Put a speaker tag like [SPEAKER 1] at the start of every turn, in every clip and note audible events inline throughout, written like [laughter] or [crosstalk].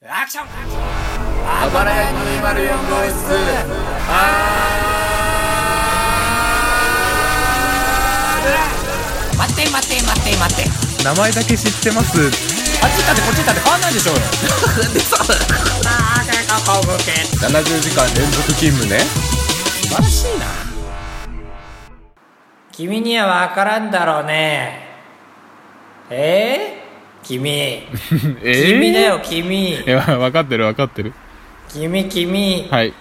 [SPEAKER 1] アクション
[SPEAKER 2] あばらや204号室
[SPEAKER 1] 待って待って待って待って
[SPEAKER 3] 名前だけ知ってます
[SPEAKER 1] あっち行ったってこっち行ったって変わんないでしょうよ
[SPEAKER 3] 70時間連続勤
[SPEAKER 1] [laughs]
[SPEAKER 3] 務ね
[SPEAKER 1] 素晴らしいな君には分からんだろうねえー、君
[SPEAKER 3] え
[SPEAKER 1] 君だよ君
[SPEAKER 3] [laughs] いや分かってる分かってる
[SPEAKER 1] 君君、
[SPEAKER 3] はい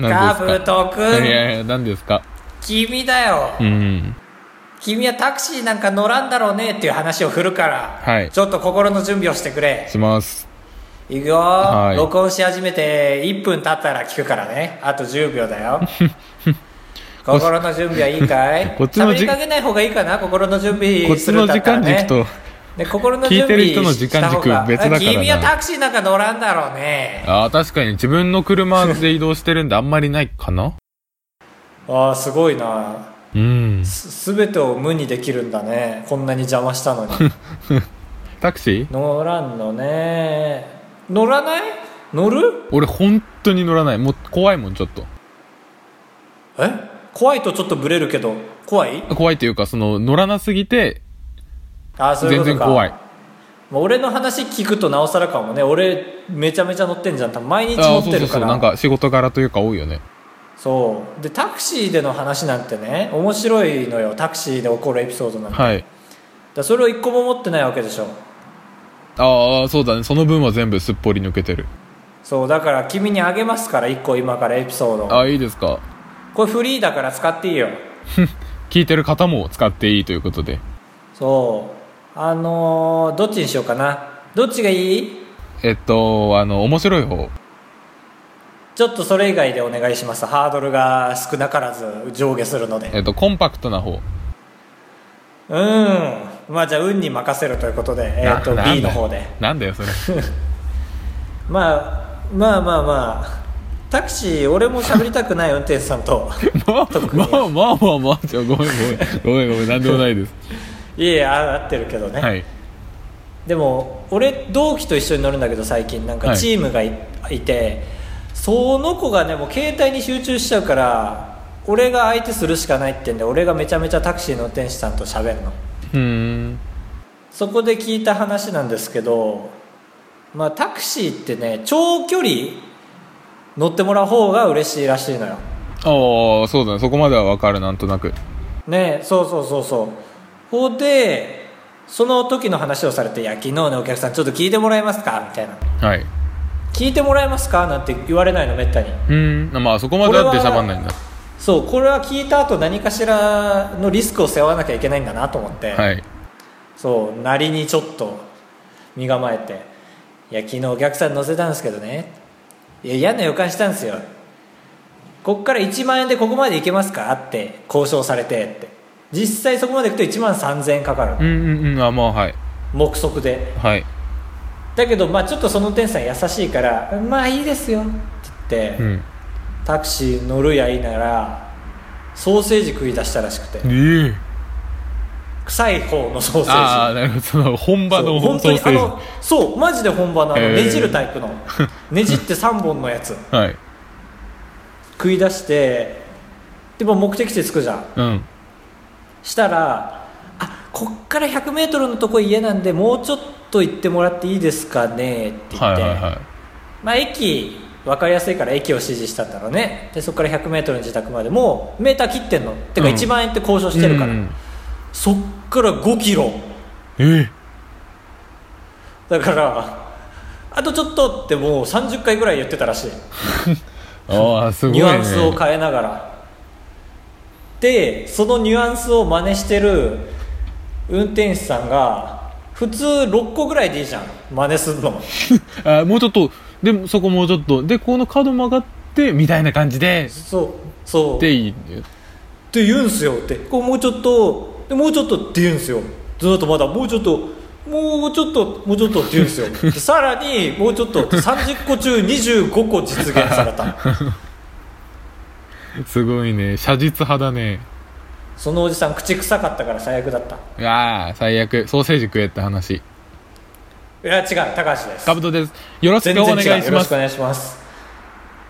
[SPEAKER 1] カ
[SPEAKER 3] 何ですか
[SPEAKER 1] ブト
[SPEAKER 3] い
[SPEAKER 1] 君
[SPEAKER 3] やいや何ですか
[SPEAKER 1] 君だよ
[SPEAKER 3] うん
[SPEAKER 1] 君はタクシーなんか乗らんだろうねっていう話を振るから、
[SPEAKER 3] はい
[SPEAKER 1] ちょっと心の準備をしてくれ
[SPEAKER 3] します
[SPEAKER 1] いくよ、
[SPEAKER 3] はい
[SPEAKER 1] 録音し始めて1分経ったら聞くからねあと10秒だ
[SPEAKER 3] [laughs]
[SPEAKER 1] よ心の準備はいいかい
[SPEAKER 3] こっちの
[SPEAKER 1] 喋
[SPEAKER 3] じ
[SPEAKER 1] りかけない方がいいかな心の準
[SPEAKER 3] こっ
[SPEAKER 1] 備
[SPEAKER 3] ち
[SPEAKER 1] する
[SPEAKER 3] の
[SPEAKER 1] んだ
[SPEAKER 3] 時
[SPEAKER 1] ったら
[SPEAKER 3] 間
[SPEAKER 1] ね
[SPEAKER 3] 軸と
[SPEAKER 1] で心の準
[SPEAKER 3] 聞いて
[SPEAKER 1] 備
[SPEAKER 3] る人の時間軸
[SPEAKER 1] した方が
[SPEAKER 3] 別だからな
[SPEAKER 1] 君はタクシーなんか乗らんだろうね
[SPEAKER 3] あー確かに自分の車で移動してるんであんまりないかな
[SPEAKER 1] ああすごいな
[SPEAKER 3] うん
[SPEAKER 1] す全てを無にできるんだねこんなに邪魔したの
[SPEAKER 3] [laughs]
[SPEAKER 1] に
[SPEAKER 3] タクシー
[SPEAKER 1] 乗らんのね乗らない乗る
[SPEAKER 3] 俺本当に乗らないもう怖いもんちょっと
[SPEAKER 1] え怖いとちょっとブレるけど怖い
[SPEAKER 3] 怖いというかその乗らなすぎて
[SPEAKER 1] ああそういう
[SPEAKER 3] 全
[SPEAKER 1] ことか
[SPEAKER 3] 然怖い
[SPEAKER 1] まあ俺の話聞くとなおさらかもね俺めちゃめちゃ乗ってんじゃん多分毎日
[SPEAKER 3] あ
[SPEAKER 1] 乗
[SPEAKER 3] ー
[SPEAKER 1] っ
[SPEAKER 3] そ
[SPEAKER 1] て
[SPEAKER 3] うそう
[SPEAKER 1] る
[SPEAKER 3] そ
[SPEAKER 1] か
[SPEAKER 3] う
[SPEAKER 1] ら
[SPEAKER 3] なんか仕事柄というか多いよね
[SPEAKER 1] そうでタクシーでの話なんてね面白いのよタクシーで起こるエピソードなんて、だか
[SPEAKER 3] はい
[SPEAKER 1] らそれを一個も持ってないわけでしょ
[SPEAKER 3] ああそうだねその分は全部すっぽり抜けてる
[SPEAKER 1] そうだから君にあげますから一個今からエピソード
[SPEAKER 3] あーいいですか
[SPEAKER 1] これフリーだから使っていいよ
[SPEAKER 3] 聞いてる方も使っていいということで
[SPEAKER 1] そうあのーどっちにしようかなどっちがいい
[SPEAKER 3] えっとあの面白い方
[SPEAKER 1] ちょっとそれ以外でお願いしますハードルが少なからず上下するので
[SPEAKER 3] えっとコンパクトな方
[SPEAKER 1] うんまあじゃあ運に任せるということで、えー、と
[SPEAKER 3] ななんだ
[SPEAKER 1] B の方で
[SPEAKER 3] なんだよそれ
[SPEAKER 1] まあまあまあまあタクシー俺も喋りたくない運転手さん
[SPEAKER 3] [laughs]
[SPEAKER 1] と
[SPEAKER 3] もうもうもうもうもうちょごめんごめんごめんごめんなんでもないです
[SPEAKER 1] いえいえあ合ってるけどね、
[SPEAKER 3] はい
[SPEAKER 1] でも俺同期と一緒に乗るんだけど最近なんか
[SPEAKER 3] はい
[SPEAKER 1] チームがい,、いてその子がねもう携帯に集中しちゃうから俺が相手するしかないってんで俺がめちゃめちゃタクシーの運転手さんと喋るの
[SPEAKER 3] うーん
[SPEAKER 1] そこで聞いた話なんですけど、まあ、タクシーってね長距離乗ってもらう方が嬉しいらしいのよ
[SPEAKER 3] ああそうだねそこまではわかるなんとなく
[SPEAKER 1] ねそうそうそうそうほうでその時の話をされて「いや昨日のお客さんちょっと聞いてもらえますか?」みたいな
[SPEAKER 3] はい
[SPEAKER 1] 「聞いてもらえますか?」なんて言われないのめったに
[SPEAKER 3] うーんまあそこまでは出しゃばんないんだ
[SPEAKER 1] そうこれは聞いた後何かしらのリスクを背負わなきゃいけないんだなと思って、
[SPEAKER 3] はい
[SPEAKER 1] そうなりにちょっと身構えて「いや昨日お客さん乗せたんですけどねいや嫌な予感したんですよこっから1万円でここまで行けますか?」って交渉されてって実際そこまで行くと1万3000円かかる
[SPEAKER 3] うんうんうんあまあはい
[SPEAKER 1] 目測で
[SPEAKER 3] はい
[SPEAKER 1] だけどまあちょっとその運転手さん優しいから「まあいいですよ」って言って、
[SPEAKER 3] うん
[SPEAKER 1] タクシー乗るやいならソーセージ食い出したらしくて
[SPEAKER 3] ええ
[SPEAKER 1] 臭い方のソーセージ
[SPEAKER 3] ああなるほどその本場
[SPEAKER 1] そう
[SPEAKER 3] の
[SPEAKER 1] 本
[SPEAKER 3] ソ
[SPEAKER 1] 当
[SPEAKER 3] ー
[SPEAKER 1] に
[SPEAKER 3] セ
[SPEAKER 1] あ
[SPEAKER 3] ー
[SPEAKER 1] のそうマジで本場のあの
[SPEAKER 3] へー
[SPEAKER 1] ねじるタイプ
[SPEAKER 3] [laughs]
[SPEAKER 1] のねじって3本のやつ
[SPEAKER 3] ジはい
[SPEAKER 1] 食い出してでも目的地着くじゃん
[SPEAKER 3] うん
[SPEAKER 1] したら「あこっから 100m のとこ家なんでもうちょっと行ってもらっていいですかね」って言って、
[SPEAKER 3] はいはいはい
[SPEAKER 1] まあ駅分かりやすいから駅を指示したんだろうねでそこから 100m の自宅までもうメーター切ってんのてか
[SPEAKER 3] うん
[SPEAKER 1] 1万円って交渉してるから、
[SPEAKER 3] うんうん
[SPEAKER 1] そっから5キロ
[SPEAKER 3] ええ
[SPEAKER 1] だからあとちょっとってもう30回ぐらい言ってたらしい
[SPEAKER 3] ああすごい、
[SPEAKER 1] ニ
[SPEAKER 3] ね、
[SPEAKER 1] ュアンスを変えながらでそのニュアンスを真似してる運転手さんが普通6個ぐらいでいいじゃん真似するの
[SPEAKER 3] [laughs] あもうちょっとでもそこもうちょっとでこの角曲がってみたいな感じで
[SPEAKER 1] そうそう
[SPEAKER 3] で
[SPEAKER 1] っ
[SPEAKER 3] いい
[SPEAKER 1] て言うんすよってこうもうちょっとでもうちょっとって言うんすよずっとまだもうちょっともうちょっともうちょっとって言うんすよでさらにもうちょっと30個中25個実現された
[SPEAKER 3] すごいね写実派だね
[SPEAKER 1] そのおじさん口臭かったから最悪だった
[SPEAKER 3] ああ最悪ソーセージ食えって話
[SPEAKER 1] いや違う高橋です
[SPEAKER 3] ガブトですよろし
[SPEAKER 1] 全
[SPEAKER 3] くお
[SPEAKER 1] 然
[SPEAKER 3] 願い
[SPEAKER 1] 違う
[SPEAKER 3] し
[SPEAKER 1] よろ
[SPEAKER 3] ま
[SPEAKER 1] しく
[SPEAKER 3] す
[SPEAKER 1] お願いします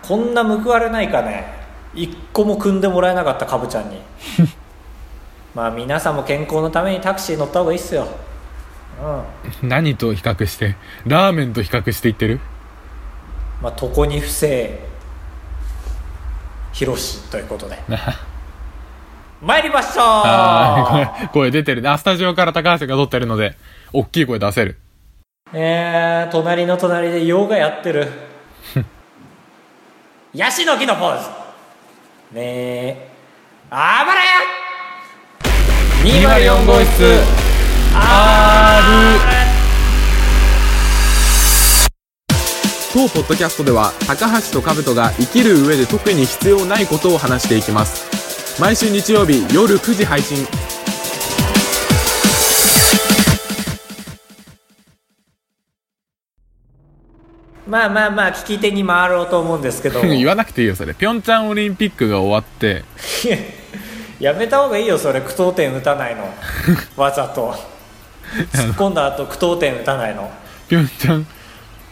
[SPEAKER 1] こんな報われないかね一個も組んでもらえなかったカブちゃん
[SPEAKER 3] [laughs]
[SPEAKER 1] にまあ皆さんも健康のためにタクシー乗った方がいいっすようん
[SPEAKER 3] 何と比較してラーメンと比較して言ってる
[SPEAKER 1] まあ床に不正広しということで
[SPEAKER 3] な
[SPEAKER 1] 参りましょう
[SPEAKER 3] あー [laughs] 声声出てるねあスタジオから高橋が撮ってるので大きい声出せる
[SPEAKER 1] えー、隣の隣でヨガやってる [laughs] ヤシの木のポーズねえあばらや204号室
[SPEAKER 3] R
[SPEAKER 4] 当ポッドキャストでは高橋と兜が生きる上で特に必要ないことを話していきます毎週日曜日夜9時配信
[SPEAKER 1] まあまあまあ聞き手に回ろうと思うんですけ [laughs] ど
[SPEAKER 3] 言わなくていいよそれピョンチャンオリンピックが終わって
[SPEAKER 1] やめた方がいいよそれ句読点打たない [laughs] のわざと突っ込んだ後句読点打たないの
[SPEAKER 3] ピョンチャン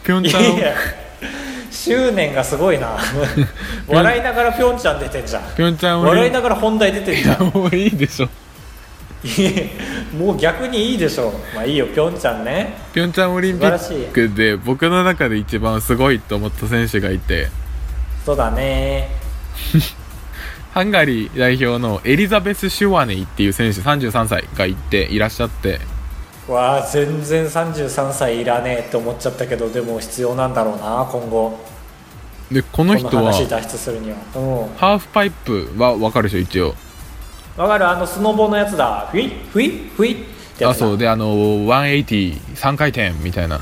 [SPEAKER 3] ピョン
[SPEAKER 1] い
[SPEAKER 3] チャン
[SPEAKER 1] や執念がすごい [laughs] な笑いながらピョンちゃん出てんじゃん
[SPEAKER 3] ピョンチャンオ
[SPEAKER 1] 笑
[SPEAKER 3] リ
[SPEAKER 1] い
[SPEAKER 3] ンピ
[SPEAKER 1] ながら本題出てんじゃん
[SPEAKER 3] ックもういいでしょ
[SPEAKER 1] いえもう逆にいいでしょうまあいいよぴょんちゃんね
[SPEAKER 3] ピョンチャンオリンピックで僕の中で一番すごいと思った選手がいて
[SPEAKER 1] そうだね
[SPEAKER 3] ハンガリー代表のエリザベス・シュワネイっていう選手33歳がいていらっしゃって
[SPEAKER 1] わあ全然33歳いらねえって思っちゃったけどでも必要なんだろうな今後
[SPEAKER 3] でこの
[SPEAKER 1] この
[SPEAKER 3] 人は
[SPEAKER 1] 話脱出するにはうん
[SPEAKER 3] ハーフパイプは分かるでしょ一応
[SPEAKER 1] わかるあのスノボのやつだふいふいふいってや
[SPEAKER 3] あ
[SPEAKER 1] つだ
[SPEAKER 3] そうであの1803回転みたいな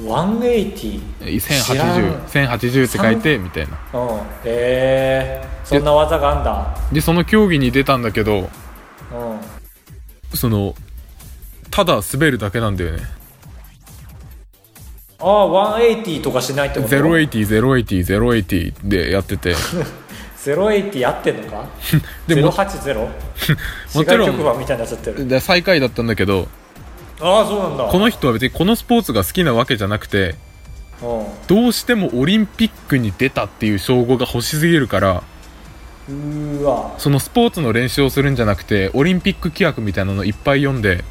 [SPEAKER 1] 180
[SPEAKER 3] 1080 1080って書いてみたいな
[SPEAKER 1] うんえー、そんな技があんだ
[SPEAKER 3] でその競技に出たんだけど
[SPEAKER 1] うん
[SPEAKER 3] そのただ滑るだけなんだよね
[SPEAKER 1] ああ180とかしないってこと
[SPEAKER 3] 0808080でやって
[SPEAKER 1] [laughs]
[SPEAKER 3] て
[SPEAKER 1] 080やってんのか
[SPEAKER 3] [laughs] で [laughs] も
[SPEAKER 1] 080
[SPEAKER 3] も
[SPEAKER 1] 市
[SPEAKER 3] ち
[SPEAKER 1] 外
[SPEAKER 3] ろん
[SPEAKER 1] 局番みたいになっちゃってる
[SPEAKER 3] で最下位だったんだけど
[SPEAKER 1] ああそうなんだ
[SPEAKER 3] この人は別にこのスポーツが好きなわけじゃなくてどうしてもオリンピックに出たっていう称号が欲しすぎるから
[SPEAKER 1] うんうーわ
[SPEAKER 3] そのスポーツの練習をするんじゃなくてオリンピック規約みたいなのいっぱい読んで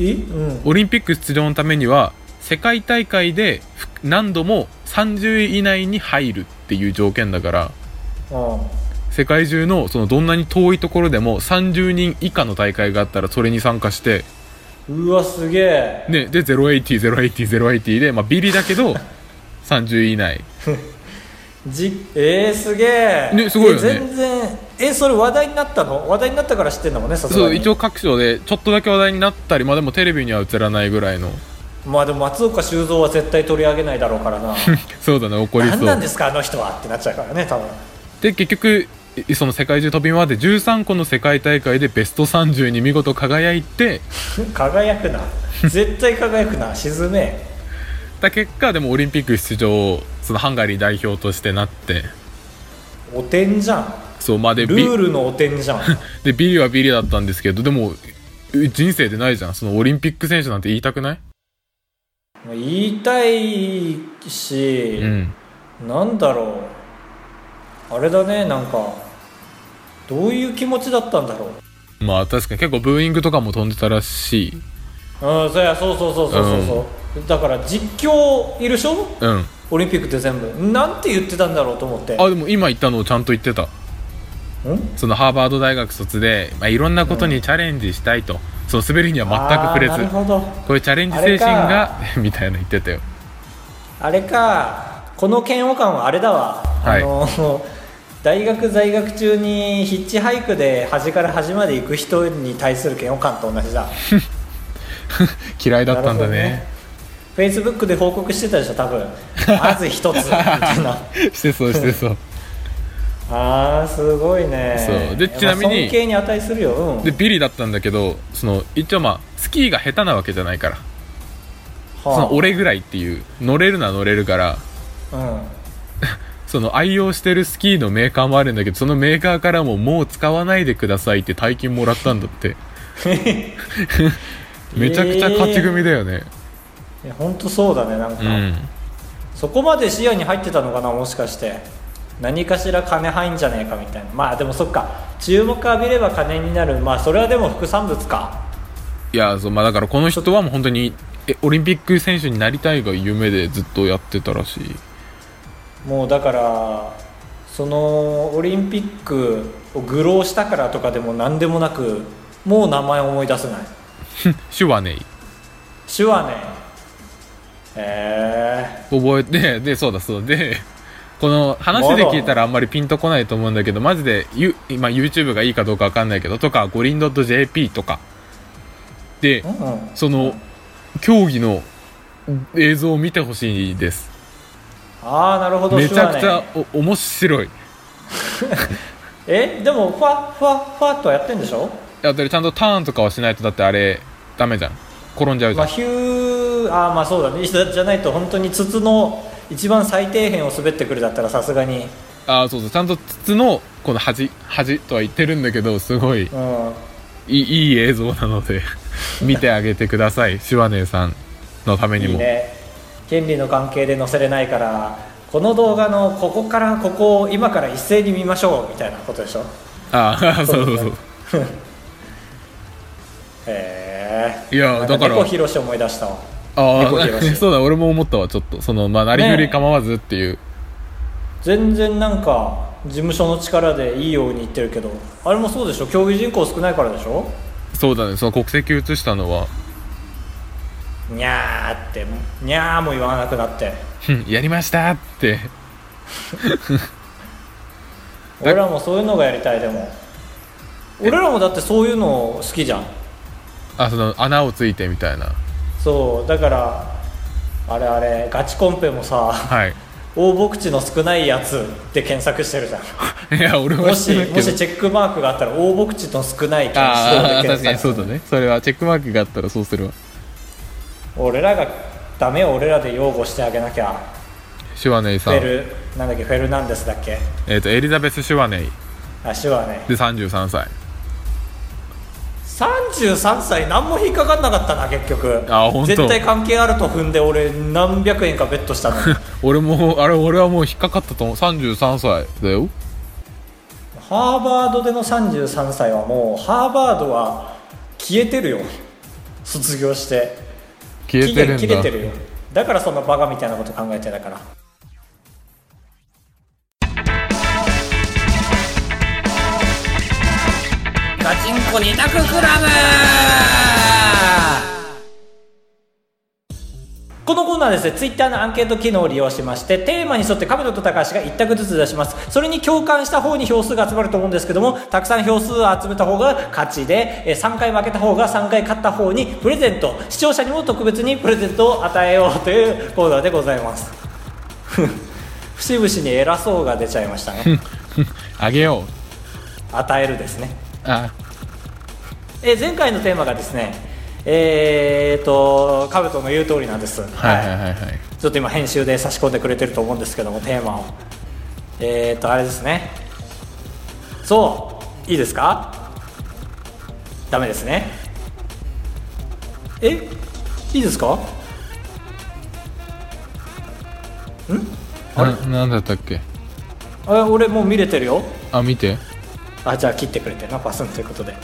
[SPEAKER 1] えうん
[SPEAKER 3] オリンピック出場のためには世界大会で複何度も30位以内に入るっていう条件だから
[SPEAKER 1] うん
[SPEAKER 3] 世界中のそのどんなに遠いところでも30人以下の大会があったらそれに参加して
[SPEAKER 1] うわすげえ
[SPEAKER 3] でで080080080で、まあ、ビリだけど30位以内
[SPEAKER 1] じえー、すげえ、
[SPEAKER 3] ねすごいよね
[SPEAKER 1] え全然えそれ話題になったの話題になったから知ってんだもんねさすがに
[SPEAKER 3] そう一応各所でちょっとだけ話題になったりまあでもテレビには映らないぐらいの
[SPEAKER 1] まあでも松岡修造は絶対取り上げないだろうからな
[SPEAKER 3] [laughs] そうだね怒りそ
[SPEAKER 1] 何なん
[SPEAKER 3] う
[SPEAKER 1] ですかあの人はってなっちゃうからね多分
[SPEAKER 3] で結局いその世界中飛び回って13個の世界大会でベスト30に見事輝いて
[SPEAKER 1] 輝くな絶対輝くな沈め
[SPEAKER 3] た結果でもオリンピック出場そのハンガリー代表としてなって
[SPEAKER 1] おてんじゃん
[SPEAKER 3] そうまあで
[SPEAKER 1] ル
[SPEAKER 3] ビ
[SPEAKER 1] ールのおてんじゃ
[SPEAKER 3] [laughs]
[SPEAKER 1] ん
[SPEAKER 3] でビリはビリだったんですけどでもう人生でないじゃんそのオリンピック選手なんて言いたくない
[SPEAKER 1] 言いたいし、
[SPEAKER 3] うん
[SPEAKER 1] なんだろうあれだねなんかどういう気持ちだったんだろう
[SPEAKER 3] まあ確かに結構ブーイングとかも飛んでたらしい
[SPEAKER 1] うんそうやそうそうそうそうそうそうだから実況いるでしょ
[SPEAKER 3] うん
[SPEAKER 1] オリンピックって全部なんて言ってたんだろうと思って
[SPEAKER 3] あでも今言ったのをちゃんと言ってた
[SPEAKER 1] ん
[SPEAKER 3] そのハーバード大学卒で、まあ、いろんなことにチャレンジしたいと、その滑りには全く触れ
[SPEAKER 1] あーなる
[SPEAKER 3] ず
[SPEAKER 1] ほど
[SPEAKER 3] こういうチャレンジ精神が [laughs] みたいな言ってたよ
[SPEAKER 1] あれかこの嫌悪感はあれだわ、
[SPEAKER 3] はい
[SPEAKER 1] あの [laughs] 大学在学中にヒッチハイクで端から端まで行く人に対する嫌悪感と同じだ
[SPEAKER 3] 嫌いだったんだね
[SPEAKER 1] フェイスブックで報告してたでしょ多
[SPEAKER 3] [laughs]
[SPEAKER 1] 分まず一つみたいな
[SPEAKER 3] してそうしてそう
[SPEAKER 1] あーすごいね
[SPEAKER 3] そうで
[SPEAKER 1] いや
[SPEAKER 3] ちなみに
[SPEAKER 1] まあ尊敬に値するよ、うん、
[SPEAKER 3] でビリだったんだけどその一応まあスキーが下手なわけじゃないから
[SPEAKER 1] はあ
[SPEAKER 3] その俺ぐらいっていう乗れるのは乗れるから
[SPEAKER 1] うん
[SPEAKER 3] その愛用してるスキーのメーカーもあるんだけどそのメーカーからももう使わないでくださいって大金もらったんだってめちゃくちゃ勝ち組だよね、
[SPEAKER 1] や本当そうだねなんか、
[SPEAKER 3] うん
[SPEAKER 1] そこまで視野に入ってたのかなもしかして何かしら金入んじゃねえかみたいなまあでもそっか注目浴びれば金になるまあそれはでも副産物か
[SPEAKER 3] いやそう、まあ、だからこの人はもう本当にえオリンピック選手になりたいが夢でずっとやってたらしい
[SPEAKER 1] もうだからそのオリンピックを愚弄したからとかでも何でもなくもう名前思い出せない
[SPEAKER 3] 手話ね
[SPEAKER 1] 手話ねえ
[SPEAKER 3] 覚えて [laughs] でそうだそうだでこの話で聞いたらあんまりピンとこないと思うんだけどマジで、ゆまあ、YouTube がいいかどうかわかんないけどとか五輪 .jp とかで
[SPEAKER 1] ー、うん
[SPEAKER 3] その競技の映像を見てほしいです
[SPEAKER 1] ああなるほど
[SPEAKER 3] めちゃく
[SPEAKER 1] 手
[SPEAKER 3] ち
[SPEAKER 1] 話
[SPEAKER 3] ゃ
[SPEAKER 1] ね
[SPEAKER 3] お面白い
[SPEAKER 1] えでもファファファとはやってんでしょ
[SPEAKER 3] やってるちゃんとターンとかはしないとだってあれダメじゃん転んじゃうじ
[SPEAKER 1] ま
[SPEAKER 3] ゃ
[SPEAKER 1] あ
[SPEAKER 3] ん、
[SPEAKER 1] ヒューあーまあそうだねじゃじゃないと本当に筒の一番最底辺を滑ってくるだったらさすがに
[SPEAKER 3] ああそうそうちゃんと筒のこの端端とは言ってるんだけどすごい
[SPEAKER 1] うん
[SPEAKER 3] いいいい映像なので [laughs] 見てあげてくださいシュワネーさんのために
[SPEAKER 1] いい
[SPEAKER 3] も
[SPEAKER 1] ね権利の関係で載せれないからこの動画のここからここを今から一斉に見ましょうみたいなことでしょ
[SPEAKER 3] ああ [laughs] そうそうそう
[SPEAKER 1] へえ
[SPEAKER 3] いやだから
[SPEAKER 1] 猫ひろし思い出したわ
[SPEAKER 3] あ
[SPEAKER 1] 猫ひろし
[SPEAKER 3] あ [laughs] そうだ俺も思ったわちょっとそのまあなりふり構わずっていう、
[SPEAKER 1] 全然なんか事務所の力でいいように言ってるけどあれもそうでしょ競技人口少ないからでしょ
[SPEAKER 3] そうだねその国籍移したのは
[SPEAKER 1] にゃーってにゃーも言わなくなって
[SPEAKER 3] うんやりましたって
[SPEAKER 1] 俺らもそういうのがやりたいでも俺らもだってそういうの好きじゃん
[SPEAKER 3] あその穴をついてみたいな
[SPEAKER 1] そうだからあれあれガチコンペもさ
[SPEAKER 3] はい [laughs]
[SPEAKER 1] 応募口の少ないやつで検索してる
[SPEAKER 3] [laughs]
[SPEAKER 1] じゃん
[SPEAKER 3] いや俺は
[SPEAKER 1] も
[SPEAKER 3] して
[SPEAKER 1] し
[SPEAKER 3] ないけど
[SPEAKER 1] もしチェックマークがあったら応募口の少ない検
[SPEAKER 3] あ
[SPEAKER 1] 証
[SPEAKER 3] あ
[SPEAKER 1] で
[SPEAKER 3] 確かに
[SPEAKER 1] 検
[SPEAKER 3] そ
[SPEAKER 1] 索
[SPEAKER 3] うだねそれはチェックマークがあったらそうするわ
[SPEAKER 1] 俺らがダメを俺らで擁護してあげなきゃ
[SPEAKER 3] シュワネイ
[SPEAKER 1] フ
[SPEAKER 3] さん
[SPEAKER 1] ェルなんだっけフェルナンデスだっけ
[SPEAKER 3] えー、とエリザベス・シュワネイ
[SPEAKER 1] 足はね
[SPEAKER 3] で33歳
[SPEAKER 1] 33歳何も引っかかんなかったな結局
[SPEAKER 3] あ本当
[SPEAKER 1] 絶対関係あると踏んで俺何百円かベットしたの
[SPEAKER 3] [laughs]
[SPEAKER 1] に
[SPEAKER 3] 俺もあれ俺はもう引っかかったと思う33歳だよ
[SPEAKER 1] ハーバードでの33歳はもうハーバードは消えてるよ卒業して
[SPEAKER 3] 消えてるんだ
[SPEAKER 1] 期限切れてるよだからそんなバカみたいなこと考えてたから
[SPEAKER 2] ガチンコ二択クラブ
[SPEAKER 1] このコーナーはですね、ツイッターのアンケート機能を利用しまして、テーマに沿ってカブトと高橋が1択ずつ出します。それに共感した方に票数が集まると思うんですけども、たくさん票数を集めた方が勝ちで、えー3回負けた方が3回勝った方にプレゼント、視聴者にも特別にプレゼントを与えようというコーナーでございます。 [laughs] 節々に偉そうが出ちゃいました
[SPEAKER 3] [laughs]
[SPEAKER 1] ね。
[SPEAKER 3] あげよう
[SPEAKER 1] 与えるですね。
[SPEAKER 3] あ
[SPEAKER 1] えー前回のテーマがですね、えー、と、カブトの言う通りなんです。
[SPEAKER 3] はいはいはいはい
[SPEAKER 1] ちょっと今編集で差し込んでくれてると思うんですけどもテーマをえーとあれですねそういいですかダメですねえいいですか
[SPEAKER 3] ななんだったっけ
[SPEAKER 1] あ俺もう見れてるよ
[SPEAKER 3] あ見て
[SPEAKER 1] あじゃあ切ってくれてるなパスンということで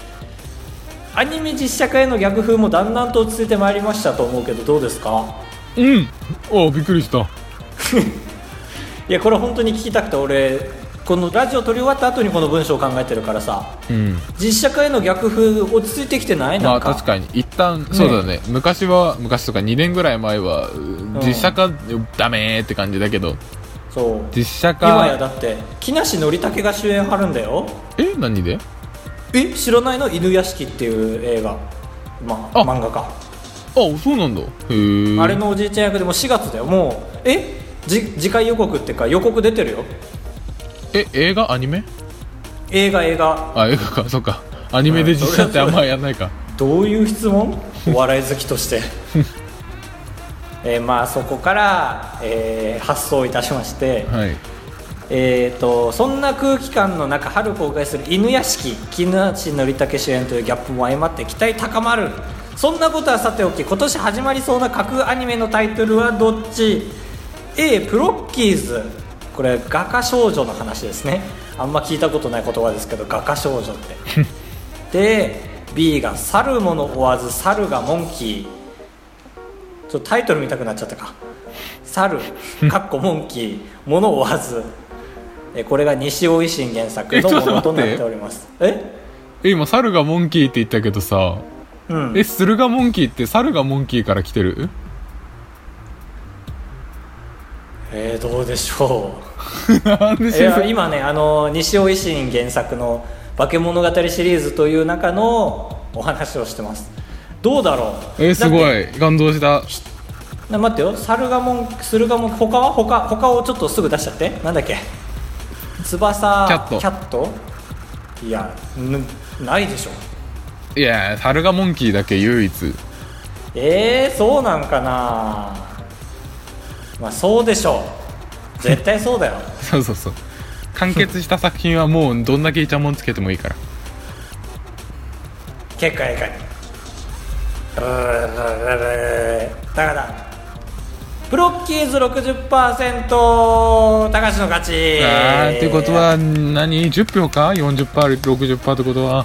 [SPEAKER 1] アニメ実写化への逆風もだんだんと落ち着いてまいりましたと思うけどどうですか [laughs]
[SPEAKER 3] うんおびっくりした
[SPEAKER 1] いやこれ本当に聞きたくて俺このラジオ撮り終わった後にこの文章を考えてるからさ
[SPEAKER 3] うん
[SPEAKER 1] 実写化への逆風落ち着いてきてない
[SPEAKER 3] ま
[SPEAKER 1] な
[SPEAKER 3] あ
[SPEAKER 1] んか,、
[SPEAKER 3] 確かに一旦そうだね昔は昔とか2年ぐらい前は実写化ダメーって感じだけど
[SPEAKER 1] そう
[SPEAKER 3] 実写
[SPEAKER 1] 今や
[SPEAKER 3] 化
[SPEAKER 1] だって木梨憲武が主演張るんだよ
[SPEAKER 3] え何で
[SPEAKER 1] え知らないの犬屋敷っていう映画まあ
[SPEAKER 3] あ
[SPEAKER 1] 漫画か
[SPEAKER 3] あそうなんだへえ
[SPEAKER 1] あれのおじいちゃん役でも4月だよもうえじ次回予告っていうか予告出てるよ
[SPEAKER 3] え映画アニメ
[SPEAKER 1] 映画映画
[SPEAKER 3] あ映画かそっかアニメで実写ってあんまやんないか
[SPEAKER 1] どういう質問お笑い好きと
[SPEAKER 3] [laughs]
[SPEAKER 1] してえーまあそこから、えー発想いたしまして、
[SPEAKER 3] はい
[SPEAKER 1] えー、とそんな空気感の中春公開する「犬屋敷」木梨憲武主演というギャップも相まって期待高まるそんなことはさておき今年始まりそうな各アニメのタイトルはどっち A プロッキーズこれ画家少女の話ですねあんま聞いたことない言葉ですけど画家少女ってで B が「猿もの追わず猿がモンキー」ちょっとタイトル見たくなっちゃったか「
[SPEAKER 3] [laughs]
[SPEAKER 1] 猿」かっこモンキー「もの追わず」えこれが西尾維新原作
[SPEAKER 3] えちょ
[SPEAKER 1] の
[SPEAKER 3] っと待って
[SPEAKER 1] ものとなっておりますえ
[SPEAKER 3] え今猿がモンキーって言ったけどさ
[SPEAKER 1] うん
[SPEAKER 3] え駿河モンキーって猿がモンキーから来てる [laughs]
[SPEAKER 1] えー、どうでしょ
[SPEAKER 3] [laughs] なんで
[SPEAKER 1] うい
[SPEAKER 3] し
[SPEAKER 1] や
[SPEAKER 3] ょ
[SPEAKER 1] 今ねあの西尾維新原作の「化け物語」シリーズという中のお話をしてますどうだろう
[SPEAKER 3] えす
[SPEAKER 1] だ
[SPEAKER 3] ご
[SPEAKER 1] って
[SPEAKER 3] い感動した
[SPEAKER 1] な待ってよ猿がもん駿河もん他は他他をちょっとすぐ出しちゃってなんだっけ翼
[SPEAKER 3] キャット
[SPEAKER 1] いやぬないでしょ
[SPEAKER 3] いや猿がモンキーだけ唯一
[SPEAKER 1] えー、そうなんかなまあそうでしょう絶対そうだよ [laughs]
[SPEAKER 3] そうそうそう完結した作品はもうどんだけイチャモンつけてもい
[SPEAKER 1] [laughs]
[SPEAKER 3] いから
[SPEAKER 1] 結果いかにだからプロッキーズ60%高橋の勝ち
[SPEAKER 3] あーってことは何10票か 40%60% ってことは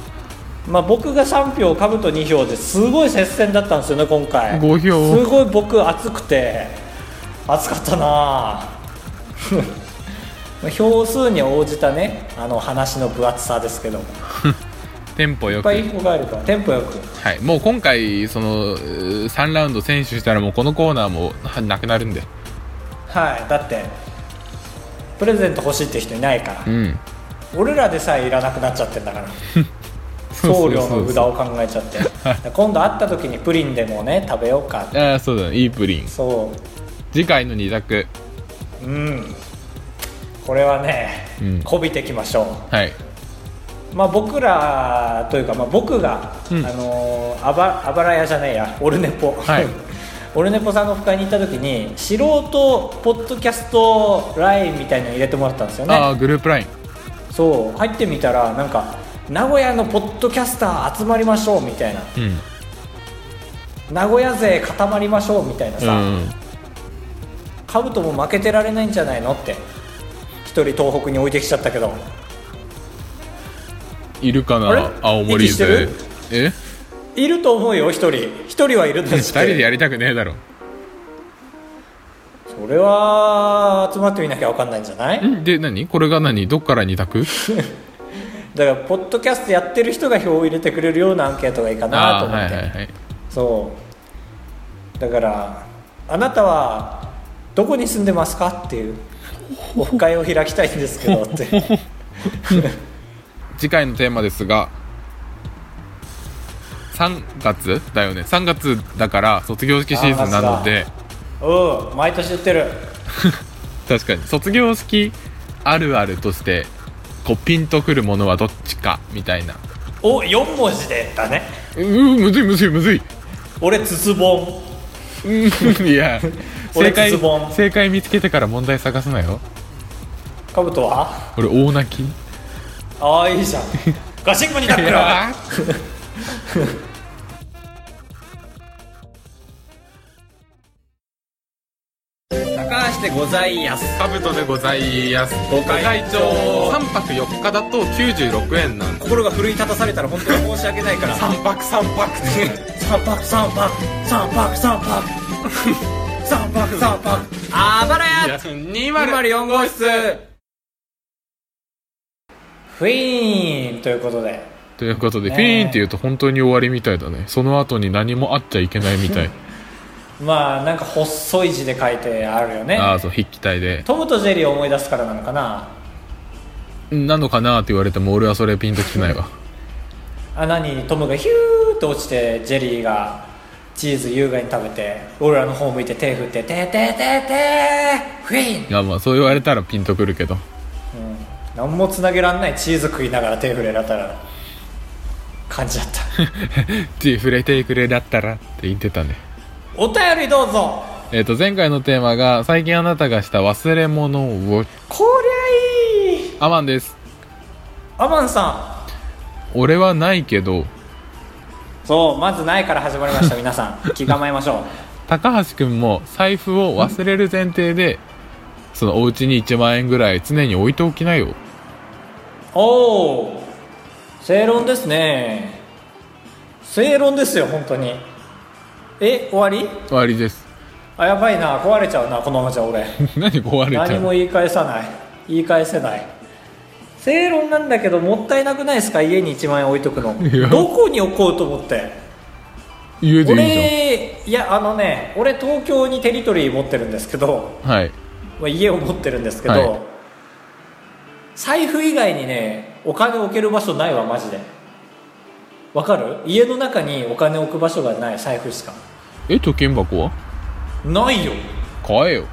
[SPEAKER 1] まあ、僕が3票、かぶと2票ですごい接戦だったんですよね、今回。
[SPEAKER 3] 5票
[SPEAKER 1] すごい僕、熱くて、熱かったな [laughs] あ票数に応じたね、あの話の分厚さですけど、いっ
[SPEAKER 3] テンポよく
[SPEAKER 1] ぱいいい子があるから、テンポよく。
[SPEAKER 3] はい、もう今回そのうー3ラウンド選手したらもうこのコーナーもはなくなるんで
[SPEAKER 1] はい、だって、プレゼント欲しいって人いないから
[SPEAKER 3] う、ん
[SPEAKER 1] 俺らでさえいらなくなっちゃってんだから。
[SPEAKER 3] そう
[SPEAKER 1] 送
[SPEAKER 3] そ
[SPEAKER 1] 料
[SPEAKER 3] うそう
[SPEAKER 1] の無駄を考えちゃって今度会った時にプリンでもね食べようかって
[SPEAKER 3] [laughs] ああそうだねいいプリン
[SPEAKER 1] そう
[SPEAKER 3] 次回の2択
[SPEAKER 1] うんこれはね、
[SPEAKER 3] うん
[SPEAKER 1] こびてきましょ
[SPEAKER 3] はいう
[SPEAKER 1] まあ僕らというか、まあ、僕が、
[SPEAKER 3] うん
[SPEAKER 1] あのーあばあばら屋じゃねえやオルネポ、
[SPEAKER 3] はい
[SPEAKER 1] [laughs] オルネポさんのオフ会に行った時に素人ポッドキャストラインみたいの入れてもらったんですよ
[SPEAKER 3] ああ
[SPEAKER 1] ね
[SPEAKER 3] グループライン
[SPEAKER 1] そう入ってみたらなんか名古屋のポッドキャスター集まりましょうみたいな
[SPEAKER 3] うん
[SPEAKER 1] 名古屋勢固まりましょうみたいなさ、
[SPEAKER 3] うん
[SPEAKER 1] カブトも負けてられないんじゃないのって一人東北に置いてきちゃったけど
[SPEAKER 3] いるか
[SPEAKER 1] あれ
[SPEAKER 3] な青森
[SPEAKER 1] 息して
[SPEAKER 3] 勢
[SPEAKER 1] る
[SPEAKER 3] え
[SPEAKER 1] いると思うよ一人一人はいるんで
[SPEAKER 3] 2
[SPEAKER 1] す
[SPEAKER 3] 人でやりたくねえだろ
[SPEAKER 1] それは集まってみなきゃ分かんないんじゃない
[SPEAKER 3] んで何これが何どっから2択
[SPEAKER 1] だからポッドキャストやってる人が票を入れてくれるようなアンケートがいいかな
[SPEAKER 3] あ
[SPEAKER 1] と
[SPEAKER 3] あー
[SPEAKER 1] 思
[SPEAKER 3] は
[SPEAKER 1] っ
[SPEAKER 3] い
[SPEAKER 1] て、
[SPEAKER 3] はいはい
[SPEAKER 1] そうだからあなたはどこに住んでますかっていうオフ会を開きたいんですけどって
[SPEAKER 3] [laughs] 次回のテーマですが3月だよね3月だから卒業式シーズンなので
[SPEAKER 1] うん毎年言ってる
[SPEAKER 3] 確かに卒業式あるあるとしてこうピンとくるものはどっちかみたいな
[SPEAKER 1] お4文字でだね
[SPEAKER 3] ううむずいむずいむずい
[SPEAKER 1] 俺つつぼん
[SPEAKER 3] うんいや正
[SPEAKER 1] [laughs] 俺
[SPEAKER 3] 解
[SPEAKER 1] ズボン
[SPEAKER 3] 正解見つけてから問題探すなよ
[SPEAKER 1] かぶとは
[SPEAKER 3] 俺大泣き
[SPEAKER 1] ああいいじゃんガシンコにタックル
[SPEAKER 3] や
[SPEAKER 1] 高橋でございやす
[SPEAKER 3] カブトでございますご
[SPEAKER 1] 会長
[SPEAKER 3] 3泊4日だと96円なんで
[SPEAKER 1] 心が奮い立たされたら本当に申し訳ないから三泊三泊三泊三泊三泊三泊三泊三泊あばらや
[SPEAKER 3] 204号室
[SPEAKER 1] フィーンということで
[SPEAKER 3] ということで、
[SPEAKER 1] ねえ
[SPEAKER 3] フィーンって言うと本当に終わりみたいだねその後に何もあっちゃいけないみたい
[SPEAKER 1] まあなんか細い字で書いてあるよね
[SPEAKER 3] ああそう筆記体で
[SPEAKER 1] トムとジェリーを思い出すからなのかな
[SPEAKER 3] なのかなって言われても俺はそれピンときてないわ
[SPEAKER 1] 穴にトムがヒューって落ちてジェリーがチーズ優雅に食べて俺らの方向いて手振って「ててててフィーン
[SPEAKER 3] いやまあそう言われたらピンとくるけど」
[SPEAKER 1] 何もつなげらんないチーズ食いながら手振れられたら感じだった
[SPEAKER 3] [laughs] 手触れてくれだったらって言ってたね
[SPEAKER 1] お便りどうぞ
[SPEAKER 3] えっ、と前回のテーマが最近あなたがした忘れ物を
[SPEAKER 1] こりゃいい
[SPEAKER 3] アマンです
[SPEAKER 1] アマンさ
[SPEAKER 3] 俺はないけど
[SPEAKER 1] んそうまずないから始まり
[SPEAKER 3] [laughs]
[SPEAKER 1] ました皆さん気構えましょ
[SPEAKER 3] 高橋君も財布を忘れる前提でそのお家に1万円ぐらい常に置いておきなよ
[SPEAKER 1] うおお正論ですね正論ですよ本当にえ終わり
[SPEAKER 3] 終わりです [laughs]
[SPEAKER 1] あやばいな壊れちゃうなこのままじゃ俺
[SPEAKER 3] 何壊れちゃ
[SPEAKER 1] 何
[SPEAKER 3] う
[SPEAKER 1] も
[SPEAKER 3] の
[SPEAKER 1] 言い返さない言い返せない正論なんだけどもったいなくないですか家に1万円置いとくの
[SPEAKER 3] いや
[SPEAKER 1] どこに置こうと思って
[SPEAKER 3] 家でいいじ
[SPEAKER 1] 俺いやあのね俺東京にテリトリー持ってるんですけど、
[SPEAKER 3] ゃんはい
[SPEAKER 1] まあ、家を持ってるんですけど、
[SPEAKER 3] はい
[SPEAKER 1] 財布以外にねお金置ける場所ないわマジでわかる家の中にお金置く場所がない財布しか
[SPEAKER 3] え貯金箱は
[SPEAKER 1] ないよ
[SPEAKER 3] 買えよ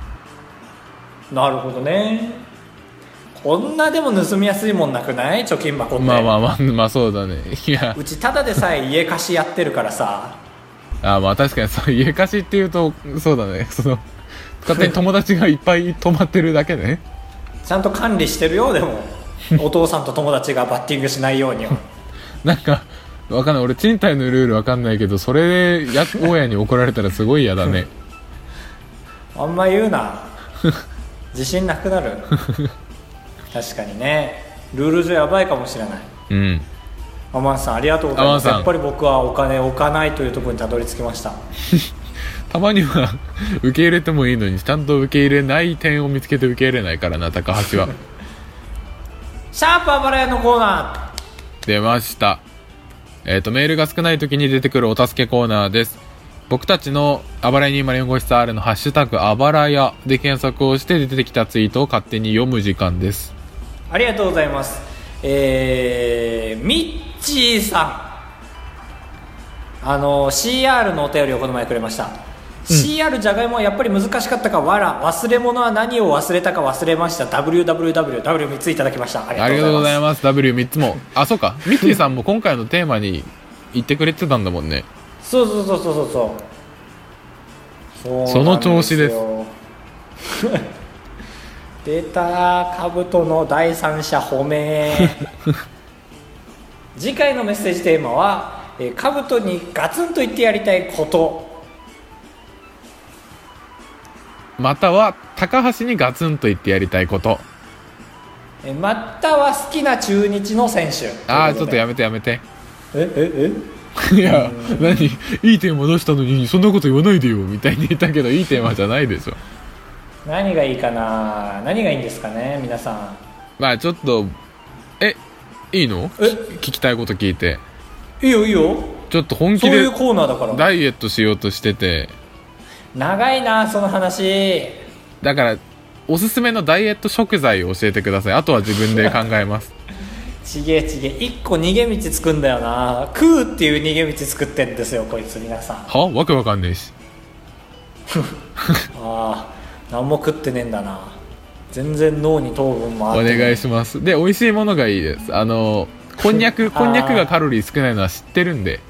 [SPEAKER 1] なるほどねこんなでも盗みやすいもんなくない貯金箱って、
[SPEAKER 3] まあまあまあまあそうだねいや
[SPEAKER 1] うちただでさえ家貸しやってるからさ
[SPEAKER 3] あまあ確かにそう家貸しっていうとそうだねその勝手に友達がいっぱい泊まってるだけね
[SPEAKER 1] ちゃんと管理してるよでもお父さんと友達がバッティングしないようには
[SPEAKER 3] なんかわかんない俺賃貸のルールわかんないけどそれでや大家に怒られたらすごい嫌だね
[SPEAKER 1] あんま言うな自信なくなる確かにねルール上やばいかもしれない
[SPEAKER 3] うん
[SPEAKER 1] アマンさんありがとうございます
[SPEAKER 3] アマンさん
[SPEAKER 1] やっぱり僕はお金置かないというところにたどり着きました
[SPEAKER 3] たまには受け入れてもいいのにちゃんと受け入れない点を見つけて受け入れないからな高橋 [laughs] は
[SPEAKER 1] シャープあばら屋のコーナ
[SPEAKER 3] 出ましたえっ、とメールが少ない時に出てくるお助けコーナーです僕たちのあばらい204号室 R のハッシュタグあばらやで検索をして出てきたツイートを勝手に読む時間です
[SPEAKER 1] ーありがとうございますえー、ミッチーさんあの CR のお便りをこの前くれました、CR じゃがいもはやっぱり難しかったかわら忘れ物は何を忘れたか忘れました WWWW3 ついただきましたあ
[SPEAKER 3] あり
[SPEAKER 1] り
[SPEAKER 3] が
[SPEAKER 1] がと
[SPEAKER 3] と
[SPEAKER 1] う
[SPEAKER 3] う
[SPEAKER 1] ご
[SPEAKER 3] ご
[SPEAKER 1] ざいます
[SPEAKER 3] ざいます W3 つもあそうかミッチーさんも今回のテーマに言ってくれてたんだもんね
[SPEAKER 1] そうそうそうそうそうそう
[SPEAKER 3] その調子です
[SPEAKER 1] そうなんですよ [laughs] 出たかぶとの第三者褒め [laughs] 次回のメッセージテーマはかぶとにガツンと言ってやりたいこと
[SPEAKER 3] または高橋にガツンと言ってやりたいこと
[SPEAKER 1] えまたは好きな中日の選手
[SPEAKER 3] ああちょっとや
[SPEAKER 1] め
[SPEAKER 3] めてやめて [laughs]
[SPEAKER 1] ええ
[SPEAKER 3] いや何いいテーマ出したのにそんなこと言わないでよみたいに言ったけどいいテーマじゃないでしょ
[SPEAKER 1] え何がいいかな何がいいんですかね皆さん
[SPEAKER 3] まあちょっとえいいの
[SPEAKER 1] え
[SPEAKER 3] 聞きたいこと聞いて
[SPEAKER 1] いいよいいよ
[SPEAKER 3] ちょっと本
[SPEAKER 1] そ
[SPEAKER 3] 気
[SPEAKER 1] うい
[SPEAKER 3] で
[SPEAKER 1] うコーナーだから
[SPEAKER 3] ダイエットしようとしてて
[SPEAKER 1] 長いなその話
[SPEAKER 3] だからおすすめのダイエット食材を教えてくださいあとは自分で考えます
[SPEAKER 1] [laughs] ちげえちげえ一個逃げ道つくんだよな食うっていう逃げ道作ってんですよこいつ皆さんあ
[SPEAKER 3] はわけわかんねえし
[SPEAKER 1] あ何も食ってねえんだな全然脳に糖分も
[SPEAKER 3] お
[SPEAKER 1] あって
[SPEAKER 3] 願いしますで美味しいものがいいですあのこんにゃくこんにゃくがカロリー少ないのは知ってるんで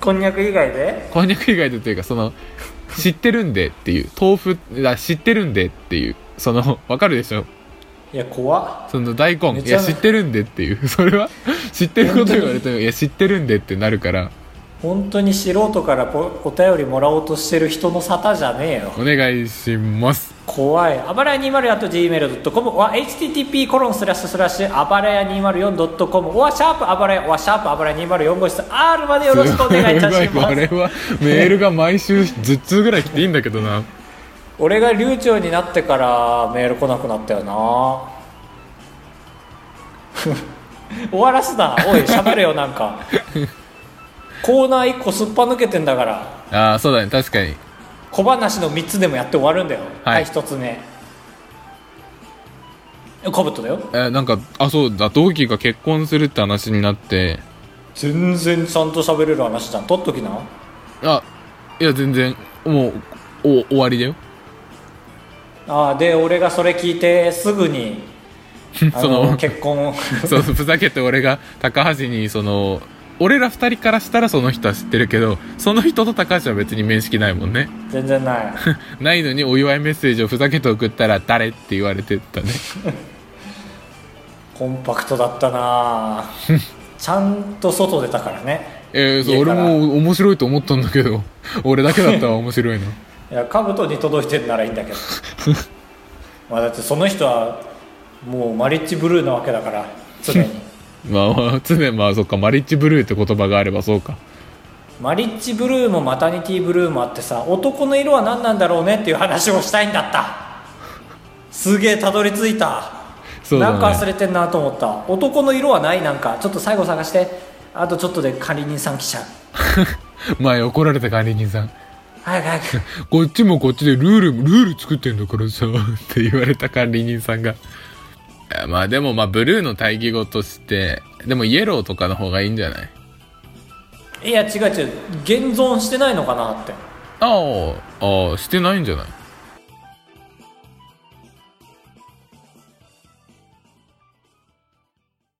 [SPEAKER 1] こんにゃく以外で
[SPEAKER 3] こんにゃく以外でというかその知ってるんでっていう豆腐あ知ってるんでっていうそのわかるでしょ
[SPEAKER 1] いや怖っ
[SPEAKER 3] その大根
[SPEAKER 1] め
[SPEAKER 3] い
[SPEAKER 1] ちゃ
[SPEAKER 3] や知ってるんでっていう [laughs] それは知ってること言われてもいや知ってるんでってなるから
[SPEAKER 1] 本当に素人からぽお便りもらおうとしてる人の沙汰じゃねえよ
[SPEAKER 3] お願いします
[SPEAKER 1] 怖いあばらや 204.gmail.com は http コロンスラッシュスラッシュあばらや 204.com はシャープあばらやはシャープあばらや204号室 R までよろしくお願いいたし
[SPEAKER 3] ごい
[SPEAKER 1] ま
[SPEAKER 3] [laughs] こ
[SPEAKER 1] す
[SPEAKER 3] れはメールが毎週10通ぐらい来ていいんだけどな
[SPEAKER 1] 俺が流暢になってからメール来なくなったよな [laughs] 終わらすなおい喋れよなんかコーナー1個すっぱ抜けてんだから
[SPEAKER 3] ああそうだね確かに
[SPEAKER 1] 小話の3つでもやって終わるんだよ
[SPEAKER 3] は
[SPEAKER 1] はいい、1つ目かぶとだよ
[SPEAKER 3] えーなんかあそうだ同期が結婚するって話になって
[SPEAKER 1] 全然ちゃんと喋れる話じゃん取っときな
[SPEAKER 3] あいや全然もうお終わりだよ
[SPEAKER 1] ああで俺がそれ聞いてすぐにあ
[SPEAKER 3] その
[SPEAKER 1] 結婚 [laughs] を
[SPEAKER 3] そうふざけて俺が高橋にその俺ら二人からしたらその人は知ってるけどその人と高橋は別に面識ないもんね [laughs]
[SPEAKER 1] 全然ない
[SPEAKER 3] ないのにお祝いメッセージをふざけて送ったら誰って言われてたね [laughs]
[SPEAKER 1] コンパクトだったなあちゃんと外出たからね
[SPEAKER 3] えー、そう
[SPEAKER 1] 家か
[SPEAKER 3] 俺
[SPEAKER 1] ら
[SPEAKER 3] も面白いと思ったんだけど俺だけだったわ面白
[SPEAKER 1] [laughs]
[SPEAKER 3] いの
[SPEAKER 1] いや兜に届いてるならいいんだけどまあだってその人はもうマリッジブルーなわけだから常
[SPEAKER 3] [laughs]
[SPEAKER 1] に
[SPEAKER 3] まあまあ常にまあそっかマリッジブルーって言葉があればそうか [laughs]
[SPEAKER 1] マリッジブルーもマタニティブルーもあってさ男の色は何なんだろうねっていう話をしたいんだったすげえたどり着いた
[SPEAKER 3] そうだね
[SPEAKER 1] なんか忘れてんなと思った男の色はないなんかちょっと最後探してあとちょっとで管理人さん来ちゃう
[SPEAKER 3] 前怒られた管理人さん
[SPEAKER 1] 早く早
[SPEAKER 3] [laughs]
[SPEAKER 1] く
[SPEAKER 3] こっちもこっちでルール、ルール作ってんだからさ、 [laughs] って言われた管理人さんが。まあでもまあブルーの対義語として、でもイエローとかの方がいいんじゃない
[SPEAKER 1] いや違う違う現存してないのかなって
[SPEAKER 3] ああ、ああ、してないんじゃない